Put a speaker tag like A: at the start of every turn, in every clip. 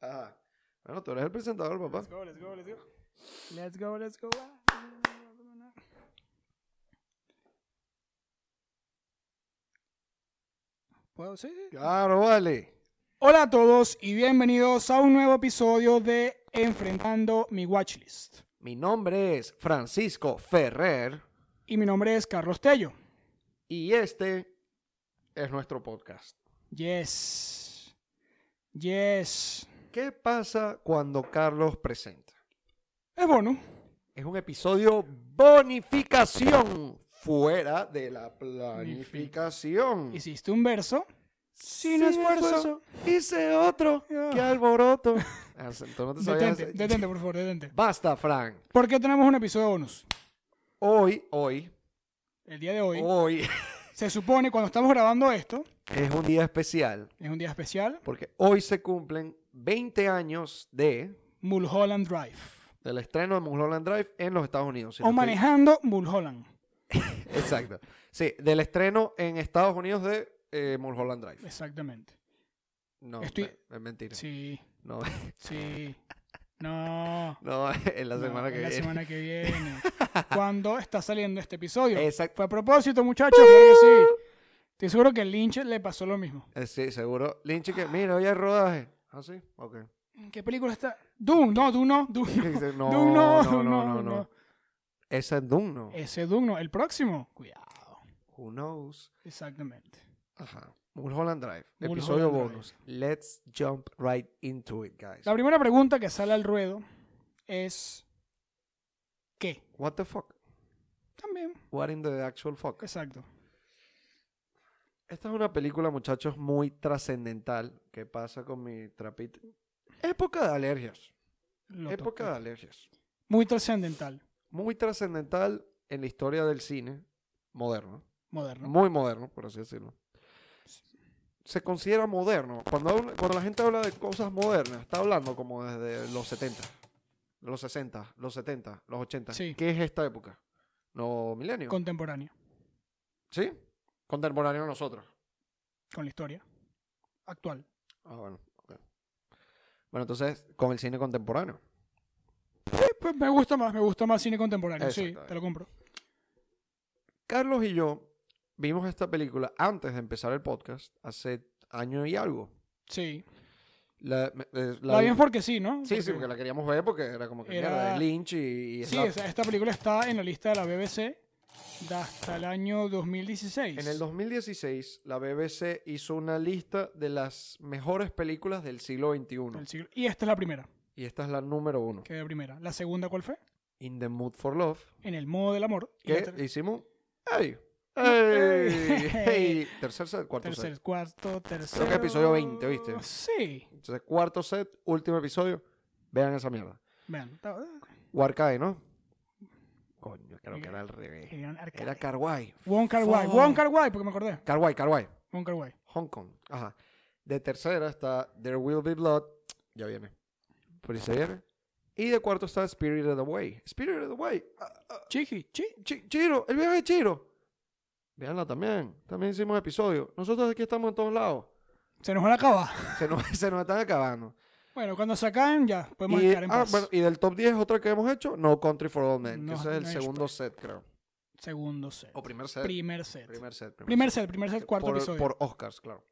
A: Ajá. Bueno, tú eres el presentador, papá.
B: Let's go, let's go, let's go. Let's go, let's go. ¿Puedo? Sí, sí.
A: Claro, vale.
B: Hola a todos y bienvenidos a un nuevo episodio de Enfrentando mi Watchlist.
A: Mi nombre es Francisco Ferrer
B: Y mi nombre es Carlos Tello.
A: y este es nuestro podcast.
B: Yes. Yes.
A: ¿Qué pasa cuando Carlos presenta?
B: Es bueno.
A: Es un episodio bonificación fuera de la planificación.
B: Hiciste un verso. Sin esfuerzo.
A: hice otro.
B: Ah.
A: ¡Qué alboroto! Ah, ¿tú no te sabías
B: Detente,
A: ese?
B: detente, por favor, detente.
A: Basta, Frank.
B: ¿Por qué tenemos un episodio bonus?
A: Hoy, hoy,
B: El día de hoy.
A: hoy
B: Se supone, cuando estamos grabando esto,
A: es un día especial
B: es un día especial,
A: porque hoy se cumplen 20 años de
B: Mulholland Drive.
A: del estreno de Mulholland Drive en los Estados Unidos. si no
B: o
A: estoy-
B: manejando Mulholland.
A: Exacto. Sí, del estreno en Estados Unidos de eh, Mulholland Drive.
B: Exactamente.
A: No,
B: Estoy-
A: es- es mentira.
B: Sí,
A: No,
B: sí. No.
A: no, en la
B: no,
A: semana que
B: en la
A: viene.
B: semana que viene. ¿Cuándo está saliendo este episodio?
A: Exacto.
B: Fue a propósito, muchachos, claro que sí. Estoy seguro que el Lynch le pasó lo mismo.
A: Eh, sí, seguro. Lynch que, mira, hoy hay rodaje. ¿Ah, sí? Ok.
B: ¿Qué película está? Doom, no, Doom no, Doom no.
A: Dice, No,
B: Doom
A: no,
B: no,
A: no, no, no.
B: no, no. Eh.
A: Esa es Doom, no.
B: Ese Doom no, el próximo. Cuidado.
A: Who knows?
B: Exactamente.
A: Ajá. Mulholland Drive.
B: Mulholland
A: episodio
B: Drive.
A: bonus. Let's jump right into it, guys.
B: La primera pregunta que sale al ruedo es ¿qué?
A: What the fuck?
B: También,
A: What in the actual fuck?
B: exacto.
A: Esta es una película, muchachos, muy trascendental. ¿Qué pasa con mi trapito? Época de alergias.
B: Lo
A: Época de
B: toqué.
A: alergias.
B: Muy trascendental,
A: Muy trascendental en la historia del cine moderno.
B: moderno.
A: Muy moderno, por así decirlo. Se considera moderno. Cuando, habla- cuando la gente habla de cosas modernas, está hablando como desde los 70, los 60, los 70, los 80.
B: Sí.
A: ¿Qué es esta época? ¿No milenio?
B: Contemporáneo,
A: ¿Sí? Contemporáneo a nosotros.
B: con la historia actual.
A: Ah, bueno. ok. Bueno, entonces, con el cine contemporáneo.
B: Eh, pues me gusta más, me gusta más cine contemporáneo, sí,
A: Exactamente.
B: te lo compro.
A: Carlos y yo vimos esta película antes de empezar el podcast, hace año y algo.
B: Sí.
A: La, me- eh, la
B: La
A: vi-
B: bien porque sí, ¿no?
A: Sí, sí, porque la queríamos ver porque era como que
B: Era-
A: mierda, es Lynch y, y es
B: Sí,
A: la-
B: esa- esta película está en la lista de la BBC de hasta el año 2016.
A: En el 2016, la BBC hizo una lista de las mejores películas del siglo
B: Del
A: XXI.
B: siglo- Y esta es la primera,
A: Y esta es la número uno.
B: que es la primera. ¿La segunda cuál fue?
A: In the Mood for Love.
B: En el modo del amor. Y la
A: Que
B: ter-
A: hicimos. ¡Ey! ¡Ey!
B: Ey.
A: Tercer set, cuarto
B: Tercer,
A: set.
B: cuarto, tercer.
A: Creo que episodio 20, ¿viste?
B: Sí.
A: Entonces, cuarto set, último episodio. Vean esa mierda.
B: Vean, ta- eh,
A: Warkai, ¿no? Coño, creo que era al revés.
B: Era un arcade.
A: Era Carguay.
B: Wong Kar Wai,
A: Fuck.
B: Wong Kar Wai, porque me acordé.
A: Carguay, Carguay.
B: Wong Kar Wai.
A: Hong Kong. Ajá. De tercera está There Will Be Blood. Ya viene. Por ahí se viene. Y de cuarto está Spirited Away. Spirited Away. Ah, ah,
B: Chiqui, chi.
A: Chi- Chiro, el viaje de Chiro. Veanla también. También hicimos episodio. Nosotros aquí estamos en todos lados.
B: Se nos van a acabar.
A: Se nos, se nos están acabando.
B: Bueno, cuando se acaben ya podemos
A: Y,
B: estar en
A: ah,
B: paz.
A: bueno, y del top 10, otra que hemos hecho, No Country for Old Men.
B: No,
A: que ese es el
B: no es
A: segundo set, creo.
B: Segundo set.
A: O primer set.
B: Primer set.
A: primer set. primer
B: Primer set, primer set, cuarto
A: por,
B: episodio.
A: por Oscars, claro.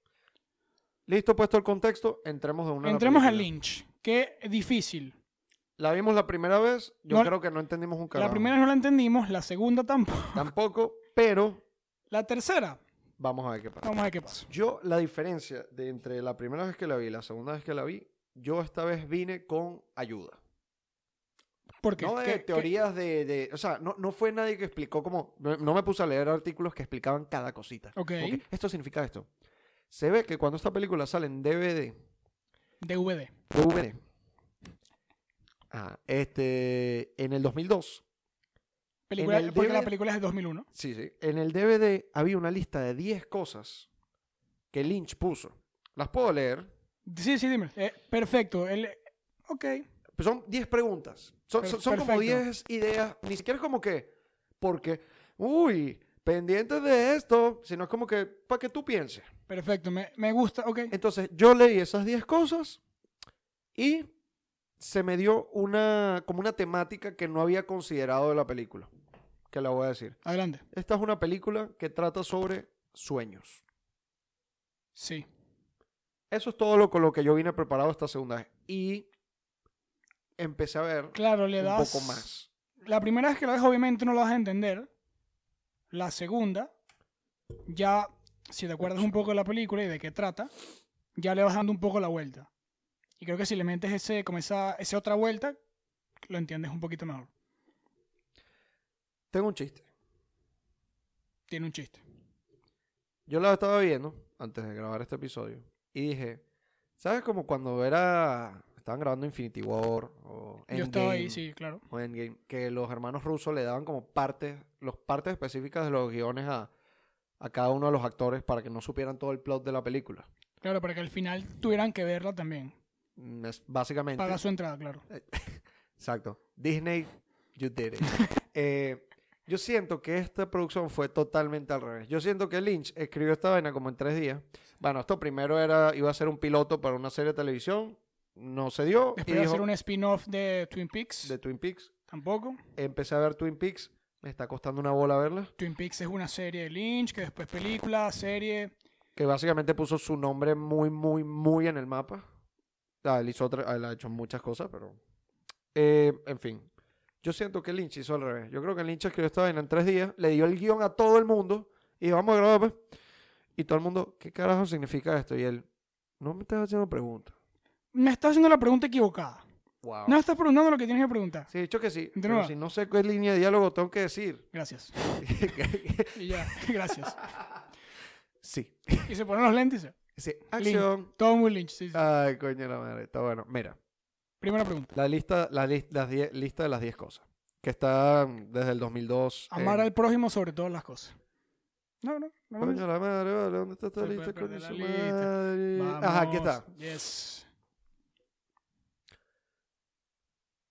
A: Listo, puesto el contexto, entremos de una a la
B: Entremos al
A: película.
B: Lynch. Qué difícil.
A: La vimos la primera vez, yo
B: No-
A: creo que no entendimos un carajo.
B: La primera no la entendimos, la segunda tampoco.
A: Tampoco, pero
B: La tercera,
A: vamos a ver qué pasa.
B: vamos a ver qué pasa.
A: Yo, la diferencia de entre la primera vez que la vi y la segunda vez que la vi, yo esta vez vine con ayuda.
B: Porque
A: No de
B: ¿qué- qué-
A: teorías de, de- O sea, no, no fue nadie que explicó como... No, no me puse a leer artículos que explicaban cada cosita.
B: Ok.
A: Como que, esto significa esto. Se ve que cuando esta película sale en DVD,
B: DVD.
A: DVD. Ah, este, en el 2002,
B: Película,
A: el
B: porque la
A: DVD
B: película es de 2001.
A: Sí, sí. En el DVD había una lista de 10 cosas que Lynch puso. Las puedo leer.
B: Sí, sí, dime. Eh, perfecto. El, ok.
A: Pero Pues son 10 preguntas. Son,
B: Per-
A: son- son como
B: perfecto.
A: 10 ideas. Ni siquiera es como que, porque, uy, pendientes de esto, sino es como que, para que tú pienses.
B: Perfecto. Me, me gusta. Ok.
A: Entonces, yo leí esas 10 cosas Y se me dio una, como una temática que no había considerado de la película, que la voy a decir.
B: Adelante.
A: Esta es una película que trata sobre sueños.
B: Sí.
A: Eso es todo lo con lo que yo vine preparado esta segunda vez. Y empecé a ver
B: Claro, le
A: un
B: das.
A: poco más.
B: La primera vez que lo ves, obviamente no lo vas a entender. La segunda, ya, si te acuerdas un poco de la película y de qué trata, ya le vas dando un poco la vuelta. Y creo que si le metes ese, como esa, esa otra vuelta, lo entiendes un poquito mejor.
A: Tengo un chiste.
B: Tiene un chiste.
A: Yo la estaba viendo antes de grabar este episodio y dije, ¿sabes como cuando era... Estaban grabando Infinity War o Endgame?
B: Yo estaba ahí, sí, claro.
A: o Endgame, que los hermanos rusos le daban como partes, los partes específicas de los guiones a, a cada uno de los actores para que no supieran todo el plot de la película.
B: Claro, para que al final tuvieran que verla también.
A: Mm, Es básicamente.
B: Paga su entrada, claro.
A: Exacto. Disney, you did it. Eh, yo siento que esta producción fue totalmente al revés. Yo siento que Lynch escribió esta vaina como en tres días. Bueno, esto primero era, iba a ser un piloto para una serie de televisión, no se dio. Y
B: Después de
A: dijo,
B: hacer un spin-off de Twin Peaks,
A: de Twin Peaks.
B: tampoco.
A: Empecé a ver Twin Peaks, me está costando una bola verla.
B: Twin Peaks es una serie de Lynch, que después película, serie.
A: que básicamente puso su nombre muy, muy, muy en el mapa. Ah, él hizo otra, él ha hecho muchas cosas, pero. Eh, en fin. Yo siento que Lynch hizo al revés. Yo creo que Lynch escribió esta vaina en tres días, le dio el guión a todo el mundo y dijo, vamos a grabar, pues. Y todo el mundo, ¿qué carajo significa esto? Y él, no me estás haciendo preguntas.
B: Me estás haciendo la pregunta equivocada.
A: Wow.
B: No estás preguntando lo que tienes que preguntar.
A: Sí, he dicho que sí.
B: De
A: Pero
B: nuevo.
A: si no sé qué línea de diálogo tengo que decir.
B: Gracias. Y ya, gracias.
A: sí.
B: Y se ponen los lentes. y se-
A: Sí.
B: Lynch.
A: Acción.
B: Todo muy Lynch. sí, sí.
A: Ay, coño, la madre. Está bueno. Mira.
B: Primera pregunta.
A: La lista, la lis- las die- lista de las 10 cosas. Que está desde el 2002. en-
B: Eh. Amar al prójimo sobre todas las cosas. No, no, no. no,
A: Coño, la madre, vale, ¿dónde está esta
B: Se
A: lista?
B: puede
A: coño,
B: perder la
A: su
B: lista.
A: madre?
B: Vamos.
A: Ajá, aquí está.
B: Yes.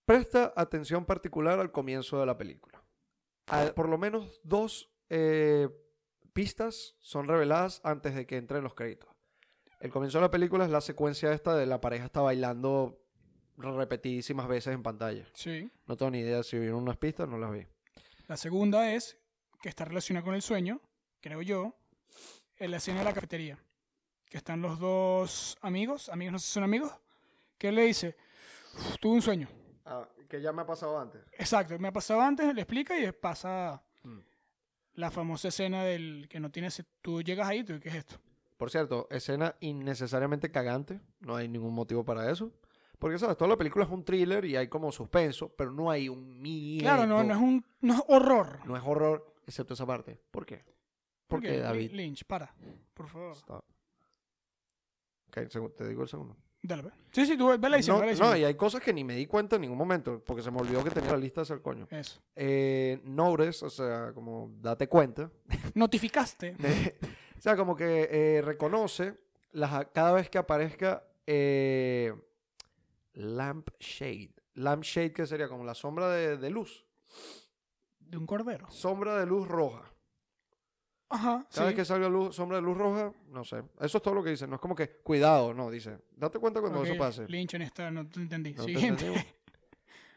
A: Presta atención particular al comienzo de la película. Al- por lo menos dos eh, pistas son reveladas antes de que entren los créditos. El comienzo de la película es la secuencia esta de la pareja está bailando repetidísimas veces en pantalla.
B: Sí.
A: No tengo ni idea si vieron unas pistas, no las vi.
B: La segunda es que está relacionada con el sueño, creo yo, en la escena de la cafetería. Que están los dos amigos, amigos no sé si son amigos, que él le dice, "Uf, tuve un sueño.
A: Ah, que ya me ha pasado antes.
B: Exacto, me ha pasado antes, le explica y pasa
A: Mm.
B: la famosa escena del que no tiene... se- Tú llegas ahí, tú, ¿qué es esto?
A: Por cierto, escena innecesariamente cagante. No hay ningún motivo para eso. Porque, ¿sabes? Toda la película es un thriller y hay como suspenso, pero no hay un miedo.
B: Claro, no, no es un no es horror.
A: No es horror, excepto esa parte. ¿Por qué?
B: ¿Por
A: Porque
B: qué?
A: David...
B: Lynch, para, por favor.
A: Stop. Ok, el segu- te digo el segundo.
B: Dale, ve. Sí, sí, tú ve ve la edición,
A: No,
B: ve la
A: no,
B: edición.
A: y hay cosas que ni me di cuenta en ningún momento, porque se me olvidó que tenía la lista de ese coño.
B: Eso.
A: Eh, notice, o sea, como date cuenta,
B: Notificaste.
A: De- Eh, o sea, como que eh, reconoce las, a- cada vez que aparezca eh, lampshade. Lampshade que sería como la sombra de, de luz.
B: De un cordero.
A: Sombra de luz roja.
B: Ajá.
A: Cada
B: sí.
A: vez que salga luz, sombra de luz roja, no sé. Eso es todo lo que dice. No es como que, cuidado, no, dice. Date cuenta cuando
B: Ok,
A: eso pase.
B: Lynch en esta, no te entendí.
A: No te
B: Siguiente.
A: entendimos.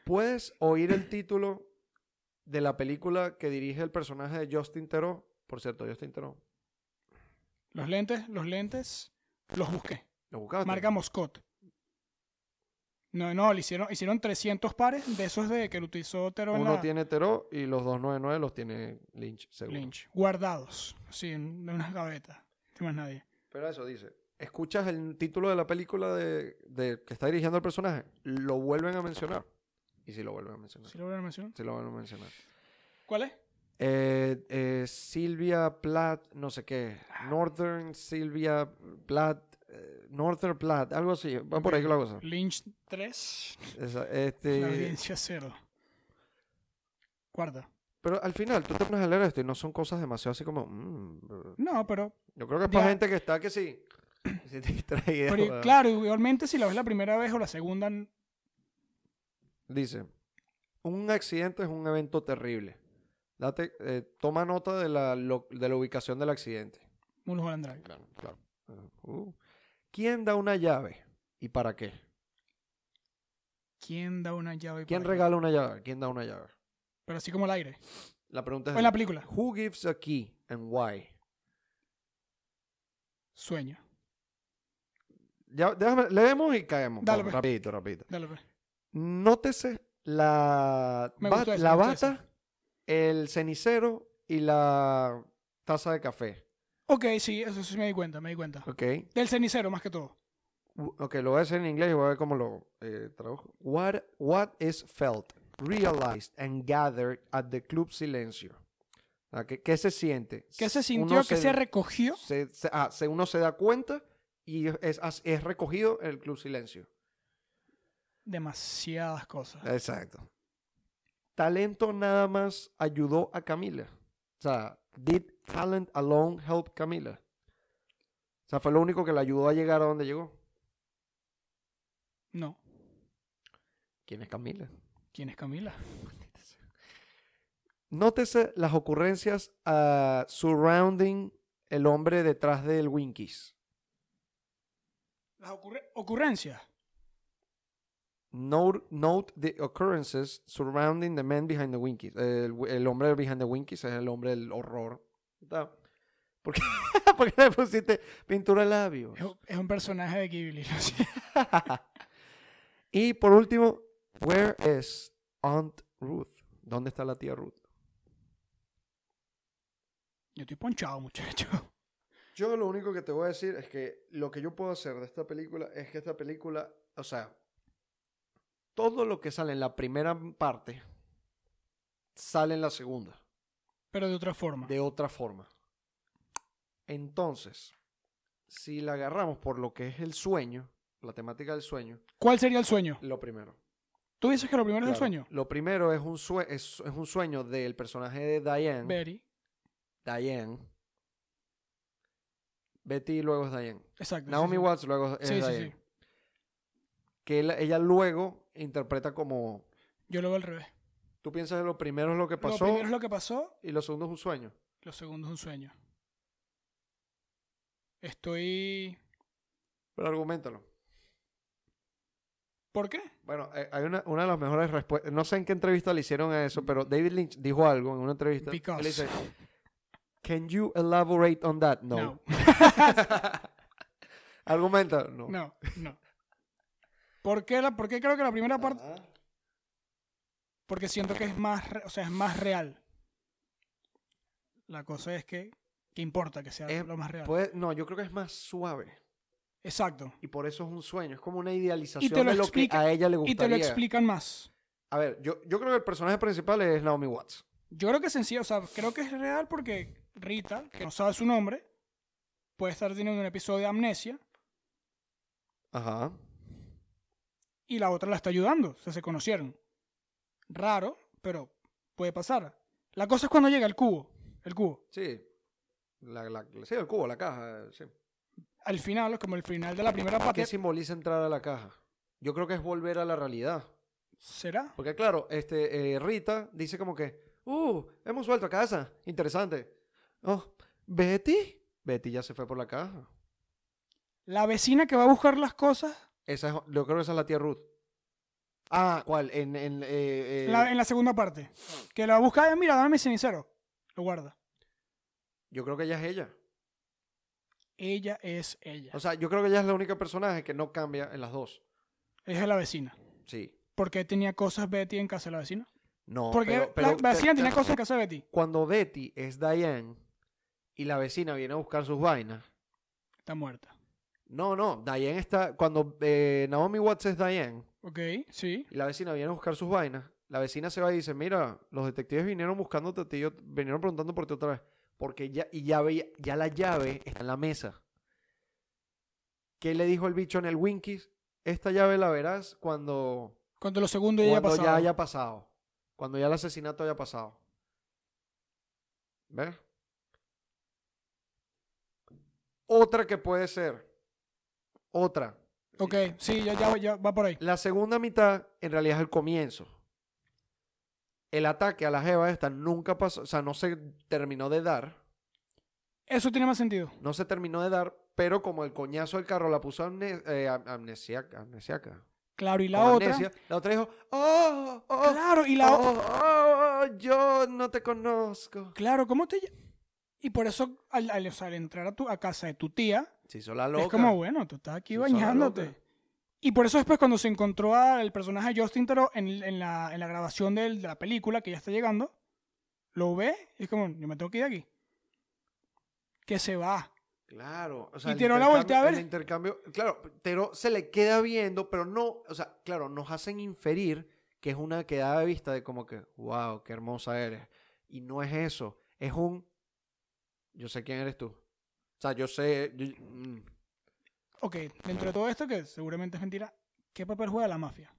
A: Puedes oír el título de la película que dirige el personaje de Justin Theroux. Por cierto, Justin Theroux.
B: Los lentes, los lentes, los busqué.
A: ¿Lo buscaste?
B: Marca Moscot. No, no, le hicieron, hicieron 300 pares de esos de que lo utilizó Tero en
A: Uno
B: la-
A: tiene Theroux y los 299 los tiene Lynch, seguro.
B: Lynch. Guardados, sí, en, en unas gavetas. No hay más nadie.
A: Pero eso dice. Escuchas el título de la película de, de- que está dirigiendo el personaje. Lo vuelven a mencionar. Y si lo vuelven a mencionar.
B: ¿Sí lo voy a mencionar?
A: Sí lo vuelven a mencionar.
B: ¿Cuál es?
A: Eh, eh, Silvia Plath, no sé qué. Northern Silvia Plath. eh, Northern Plath, algo así. Va por ahí
B: Ok.
A: la cosa.
B: Lynch 3,
A: Esa,
B: la
A: este,
B: audiencia 0. Cuarta.
A: pero al final tú te pones a leer esto y no son cosas demasiado así como. mm,
B: No, pero,
A: yo creo que es
B: Ya.
A: para gente que está que sí. Se distraída,
B: pero
A: weón.
B: claro, igualmente si la ves la primera vez o la segunda, n-
A: Dice, un accidente es un evento terrible. Date, eh, toma nota de la, lo- de la ubicación del accidente.
B: Mulholland Drive.
A: Claro, claro. Uh. ¿Quién da una llave y para qué?
B: ¿Quién da una llave? por
A: ¿Quién
B: aquí?
A: regala una llave? ¿Quién da una llave?
B: Pero así como el aire.
A: La pregunta
B: O
A: es...
B: en la película.
A: Who gives a key and why?
B: Sueño.
A: Ya, déjame, leemos y caemos.
B: Dale,
A: Vamos,
B: pues.
A: rapidito, rapidito.
B: Dale, pues.
A: Nótese la,
B: Me
A: ba-
B: gustó esa,
A: la
B: me gustó
A: bata, el cenicero y la taza de café.
B: Ok, sí, eso sí me di cuenta, me di cuenta.
A: Ok.
B: Del cenicero, más que todo.
A: W- Ok, lo voy a decir en inglés y voy a ver cómo lo eh, trabajo. What, what is felt, realized and gathered at the Club Silencio? Ah, ¿Qué, qué se siente?
B: ¿Qué se
A: Uno
B: sintió? ¿Qué se recogió?
A: se- se- ah, se- uno se da cuenta y es, as- es recogido en el Club Silencio.
B: Demasiadas cosas.
A: Exacto. Talento nada más ayudó a Camila. O sea, did talent alone help Camila? O sea, fue lo único que la ayudó a llegar a donde llegó.
B: No.
A: ¿Quién es Camila?
B: ¿Quién es Camila?
A: Nótese las ocurrencias ah, surrounding el hombre detrás del Winkies.
B: Las ocurre- ocurrencias.
A: Note, note the occurrences surrounding the man behind the Winkies. El, wi- el hombre behind the Winkies es el hombre del horror. Da- ¿Por qué, ¿Por qué le pusiste pintura de labios?
B: Es, un- es un personaje de Ghibli. lo siento.
A: y por último, where is Aunt Ruth? ¿Dónde está la tía Ruth?
B: Yo estoy ponchado, muchacho.
A: Yo lo único que te voy a decir es que lo que yo puedo hacer de esta película es que esta película, o sea, todo lo que sale en la primera parte sale en la segunda.
B: Pero de otra forma.
A: de otra forma. Entonces, si la agarramos por lo que es el sueño, la temática del sueño,
B: ¿Cuál sería el sueño?
A: lo primero.
B: ¿Tú dices que lo primero es el
A: claro,
B: sueño?
A: Lo primero es un, sue- es, es un sueño del personaje de Diane.
B: Betty.
A: Diane. Betty luego es Diane.
B: Exacto. sí,
A: Naomi
B: sí.
A: Watts luego es
B: Sí, sí,
A: Diane.
B: sí.
A: Que él- ella luego interpreta como...
B: Yo lo veo al revés.
A: Tú piensas que lo primero es lo que
B: Lo
A: pasó
B: primero es lo que pasó,
A: y lo segundo es un sueño.
B: lo segundo es un sueño. Estoy.
A: Pero argumentalo.
B: ¿Por qué?
A: Bueno, eh, hay una, una de las mejores respuestas. No sé en qué entrevista le hicieron a eso, pero David Lynch dijo algo en una entrevista. Él
B: Because.
A: dice, Can you elaborate on that? No.
B: No.
A: Argumenta. No.
B: No, no. ¿Por qué, la, por qué creo que la primera parte?
A: Ajá.
B: Porque siento que es más, re- o sea, es más real. La cosa es que, que importa que sea
A: Es- pues,
B: lo más real.
A: Puede- no, yo creo que es más suave.
B: Exacto.
A: Y por eso es un sueño. Es como una idealización
B: lo
A: de lo
B: explica-
A: que a ella le
B: Y te lo
A: gustaría.
B: explican más.
A: A ver, yo, yo creo que el personaje principal es Naomi Watts.
B: Yo creo que es sencillo, o sea, creo que es real porque Rita, que no sabe su nombre, puede estar teniendo un episodio de amnesia
A: Ajá.
B: y la otra la está ayudando. O sea, se conocieron. Raro, pero puede pasar. La cosa es cuando llega el cubo. El cubo.
A: Sí. La, la- sí, el cubo, la caja. Sí.
B: Al final, como el final de la primera parte.
A: ¿Qué simboliza entrar a la caja? Yo creo que es volver a la realidad.
B: ¿Será?
A: Porque claro, este, eh, Rita dice como que, uh, hemos vuelto a casa, interesante. Oh, Betty. Betty ya se fue por la caja.
B: La vecina que va a buscar las cosas
A: Esa es, yo creo que esa es la tía Ruth. Ah, ¿cuál? En, en, eh, eh,
B: la- en la segunda parte. Que la busca, "Ah, mira, dame mi cenicero. Lo guarda.
A: Yo creo que ella es ella.
B: Ella es ella.
A: O sea, yo creo que ella es la única personaje que no cambia en las dos.
B: Ella es la vecina.
A: Sí.
B: ¿Por qué tenía cosas Betty en casa de la vecina?
A: No,
B: Porque
A: pero, pero-
B: la vecina
A: pero-
B: tenía cosas en casa de Betty.
A: Cuando Betty es Diane y la vecina viene a buscar sus vainas.
B: Está muerta.
A: No, no, Diane está... Cuando eh, Naomi Watts es Diane,
B: Ok, sí.
A: Y la vecina viene a buscar sus vainas. La vecina se va y dice, mira, los detectives vinieron buscándote, tío, vinieron preguntando por ti otra vez. Porque ya, y ya, veía, ya la llave está en la mesa. ¿Qué le dijo el bicho en el Winkies? Esta llave la verás cuando,
B: Cuando lo segundo ya haya
A: cuando
B: pasado.
A: ya haya pasado. Cuando ya el asesinato haya pasado. ¿Ves? Otra que puede ser. Otra.
B: Ok, sí, ya, ya, ya va por ahí.
A: La segunda mitad en realidad es el comienzo. El ataque a la jeva esta nunca pasó, o sea, no se terminó de dar,
B: Eso tiene más sentido.
A: no se terminó de dar, pero como el coñazo del carro la puso amne- eh, am- amnesiaca, amnesiaca.
B: Claro, y la
A: con
B: otra.
A: amnesia. La otra dijo, oh, oh,
B: Claro, y la
A: oh,
B: otra.
A: oh, oh, yo no te conozco.
B: Claro, ¿cómo te ll- Y por eso, al, al- o sea, al entrar a, tu, a casa de tu tía,
A: Se hizo la loca.
B: es como, bueno, tú estás aquí
A: Sí, suena loca.
B: bañándote. Y por eso después cuando se encontró al personaje de Justin Theroux en, en la, en la grabación del- de la película que ya está llegando, lo ve y es como, yo me tengo que ir de aquí. Que se va.
A: Claro. O sea,
B: Y
A: el
B: Tero la
A: intercambio-
B: voltea a ver.
A: El intercambio, claro, Tero se le queda viendo, pero no, o sea, claro, nos hacen inferir que es una quedada de vista de como que, wow, qué hermosa eres. Y no es eso, es un, yo sé quién eres tú. O sea, yo sé, yo- mm,
B: Ok, dentro de todo esto, que seguramente es mentira, ¿qué papel juega la mafia?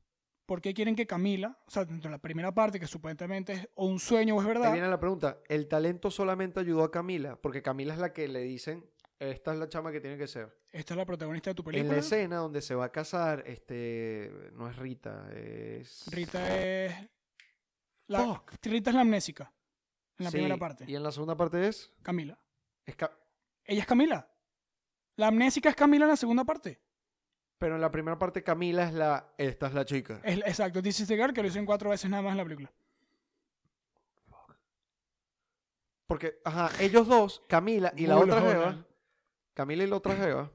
B: ¿Por qué quieren que Camila, o sea, dentro de la primera parte, que supuestamente es o un sueño o es
A: Ahí
B: verdad,
A: viene la pregunta. ¿El talento solamente ayudó a Camila? Porque Camila es la que le dicen, esta es la chama que tiene que ser.
B: esta es la protagonista de tu
A: En la
B: película?
A: escena donde se va a casar, este, no es Rita, es...
B: Rita es... La,
A: Fuck.
B: Rita es la amnésica, en la
A: Sí,
B: primera parte.
A: Y en la segunda parte es...
B: Camila.
A: es Ca-
B: Ella es Camila. La amnésica es Camila en la segunda parte.
A: Pero en la primera parte Camila es la... Esta es la chica.
B: Es, exacto, This is the Girl, que lo dicen cuatro veces nada más en la película.
A: Porque, ajá, ellos dos, Camila y la
B: Muy
A: otra
B: los
A: jeva,
B: Holland.
A: Camila y la otra jeva,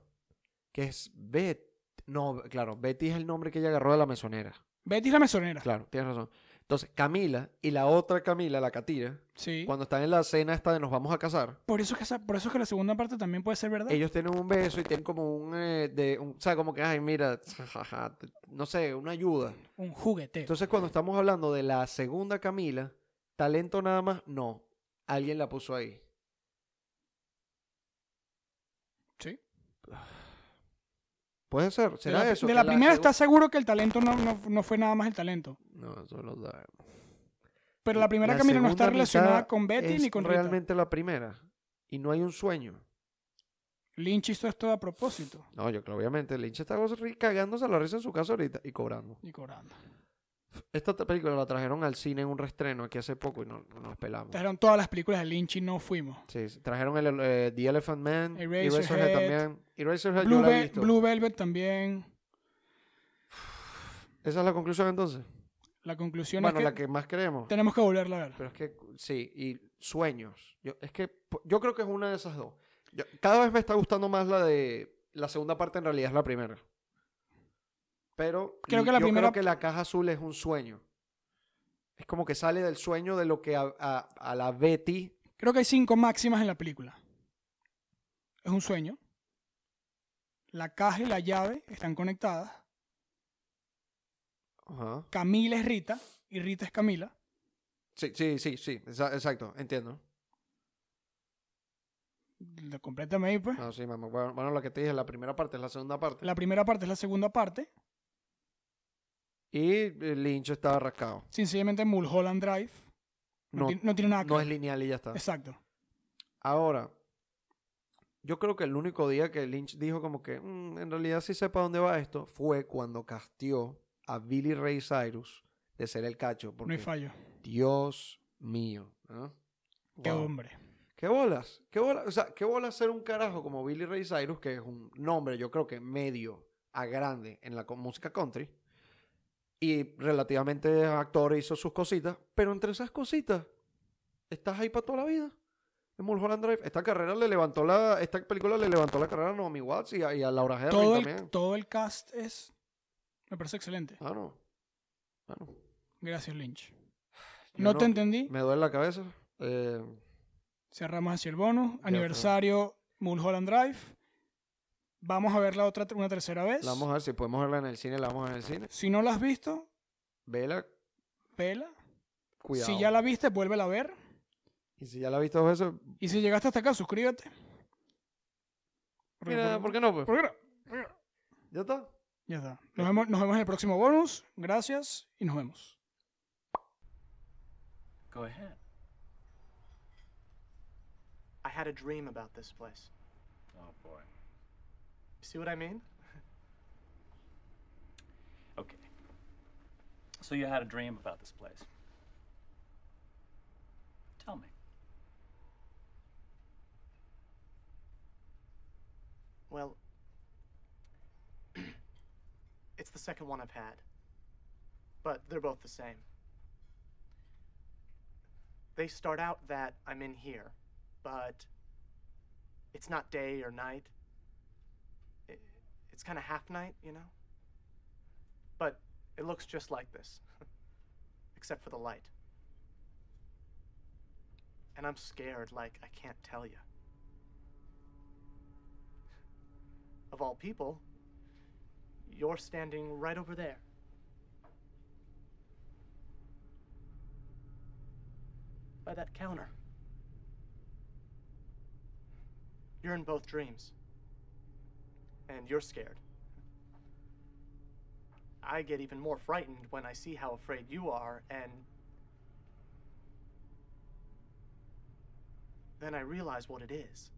A: que es Betty. No, claro, Betty es el nombre que ella agarró de la mesonera.
B: Betty es la mesonera.
A: Claro, tienes razón. Entonces, Camila y la otra Camila, la catira,
B: Sí.
A: cuando están en la cena esta de nos vamos a casar,
B: Por eso, es que esa- por eso es que la segunda parte también puede ser verdad.
A: ellos tienen un beso y tienen como un, eh, de, un- o sea, como que, ay, mira, jajaja, te- no sé, una ayuda.
B: Un juguete.
A: Entonces, cuando estamos hablando de la segunda Camila, talento nada más, no, alguien la puso ahí.
B: Sí.
A: Puede ser, será
B: de la,
A: eso.
B: de
A: que
B: la primera
A: segu-
B: está seguro que el talento no, no- no fue nada más el talento.
A: No, eso lo da.
B: Pero la primera Camila no
A: segunda
B: está
A: mitad
B: relacionada con Betty
A: es
B: ni con Rita.
A: realmente la primera. Y no hay un sueño.
B: Lynch hizo esto a propósito.
A: No, yo creo, obviamente, Lynch está ri- cagándose la risa en su casa ahorita y cobrando.
B: Y cobrando.
A: Esta t- película la trajeron al cine en un restreno aquí hace poco y no no nos pelamos.
B: Trajeron todas las películas de Lynch y no fuimos.
A: Sí, sí, trajeron el, el, eh, The Elephant Man,
B: Eraserhead.
A: Eraserhead también. Eraserhead
B: Blue,
A: yo la he
B: Vel-
A: visto.
B: Blue Velvet también.
A: Esa es la conclusión entonces.
B: La conclusión
A: Bueno,
B: es que,
A: la que más creemos.
B: tenemos que volverla a ver.
A: Pero es que, sí, y sueños. Yo, es que po- yo creo que es una de esas dos. Yo- cada vez me está gustando más la de. La segunda parte en realidad es la primera. Pero
B: Creo
A: y
B: que la
A: yo
B: primera-
A: creo que la caja azul es un sueño. Es como que sale del sueño de lo que a, a- a la Betty.
B: Creo que hay cinco máximas en la película. Es un sueño. La caja y la llave están conectadas.
A: Ajá.
B: Camila es Rita y Rita es Camila.
A: Sí, sí, sí, sí. exa- exacto, entiendo.
B: Lo- Complétame ahí, pues.
A: No, sí, mamá. Bueno, bueno, lo que te dije, la primera parte es la segunda parte.
B: La primera parte es la segunda parte.
A: Y eh, Lynch estaba rascado.
B: Sencillamente Mulholland Drive. No,
A: No,
B: tiene, no tiene nada que
A: no
B: ver.
A: es lineal y ya está.
B: Exacto.
A: Ahora, yo creo que el único día que Lynch dijo como que "Mm, en realidad sí sepa dónde va esto fue cuando castió a Billy Ray Cyrus de ser el cacho.
B: No
A: Porque,
B: hay fallo.
A: Dios mío. ¿ah?
B: Qué
A: Wow.
B: hombre.
A: ¿Qué bolas? ¿Qué bolas? O sea, ¿qué bolas ser un carajo como Billy Ray Cyrus, que es un nombre, yo creo que medio a grande en la co- música country? Y relativamente actor hizo sus cositas, pero entre esas cositas, estás ahí para toda la vida. En Mulholland Drive, esta carrera le levantó la, esta película le levantó la carrera a Naomi Watts y a, y a Laura Herring
B: Todo el,
A: también.
B: todo el cast es. Me parece excelente.
A: Ah, no. Ah, no. Yo
B: Gracias, Lynch. No,
A: no-
B: te entendí.
A: Me duele la cabeza. Eh,
B: Cerramos así el bonus.
A: está.
B: Aniversario Mulholland Drive. Vamos a verla otra, una tercera vez.
A: la vamos a ver si podemos verla en el cine, la vamos a ver en el cine.
B: Si no la has visto,
A: Vela,
B: vela.
A: cuidado.
B: Si ya la viste, vuélvela a ver.
A: Y si ya la has visto dos veces,
B: Y si llegaste hasta acá, suscríbete. Porque-
A: Mira, ¿por qué no? Pues?
B: porque no. Porque no.
A: ¿Ya está?
B: Ya está. Nos vemos, nos vemos en el próximo bonus. Gracias y nos vemos.
C: Go ahead. I had a dream about this place.
D: Oh boy.
C: See what I mean?
D: Okay. So you had a dream about this place. Tell me.
C: Well, it's It's the second one I've had. But they're both the same. They start out that I'm in here, but it's not day or night. I- It's kind of half night, you know? But it looks just like this, except for the light. And I'm scared, like, I can't tell you. Of all people, you're standing right over there. By that counter. You're in both dreams. And you're scared. I get even more frightened when I see how afraid you are, and. Then I realize what it is.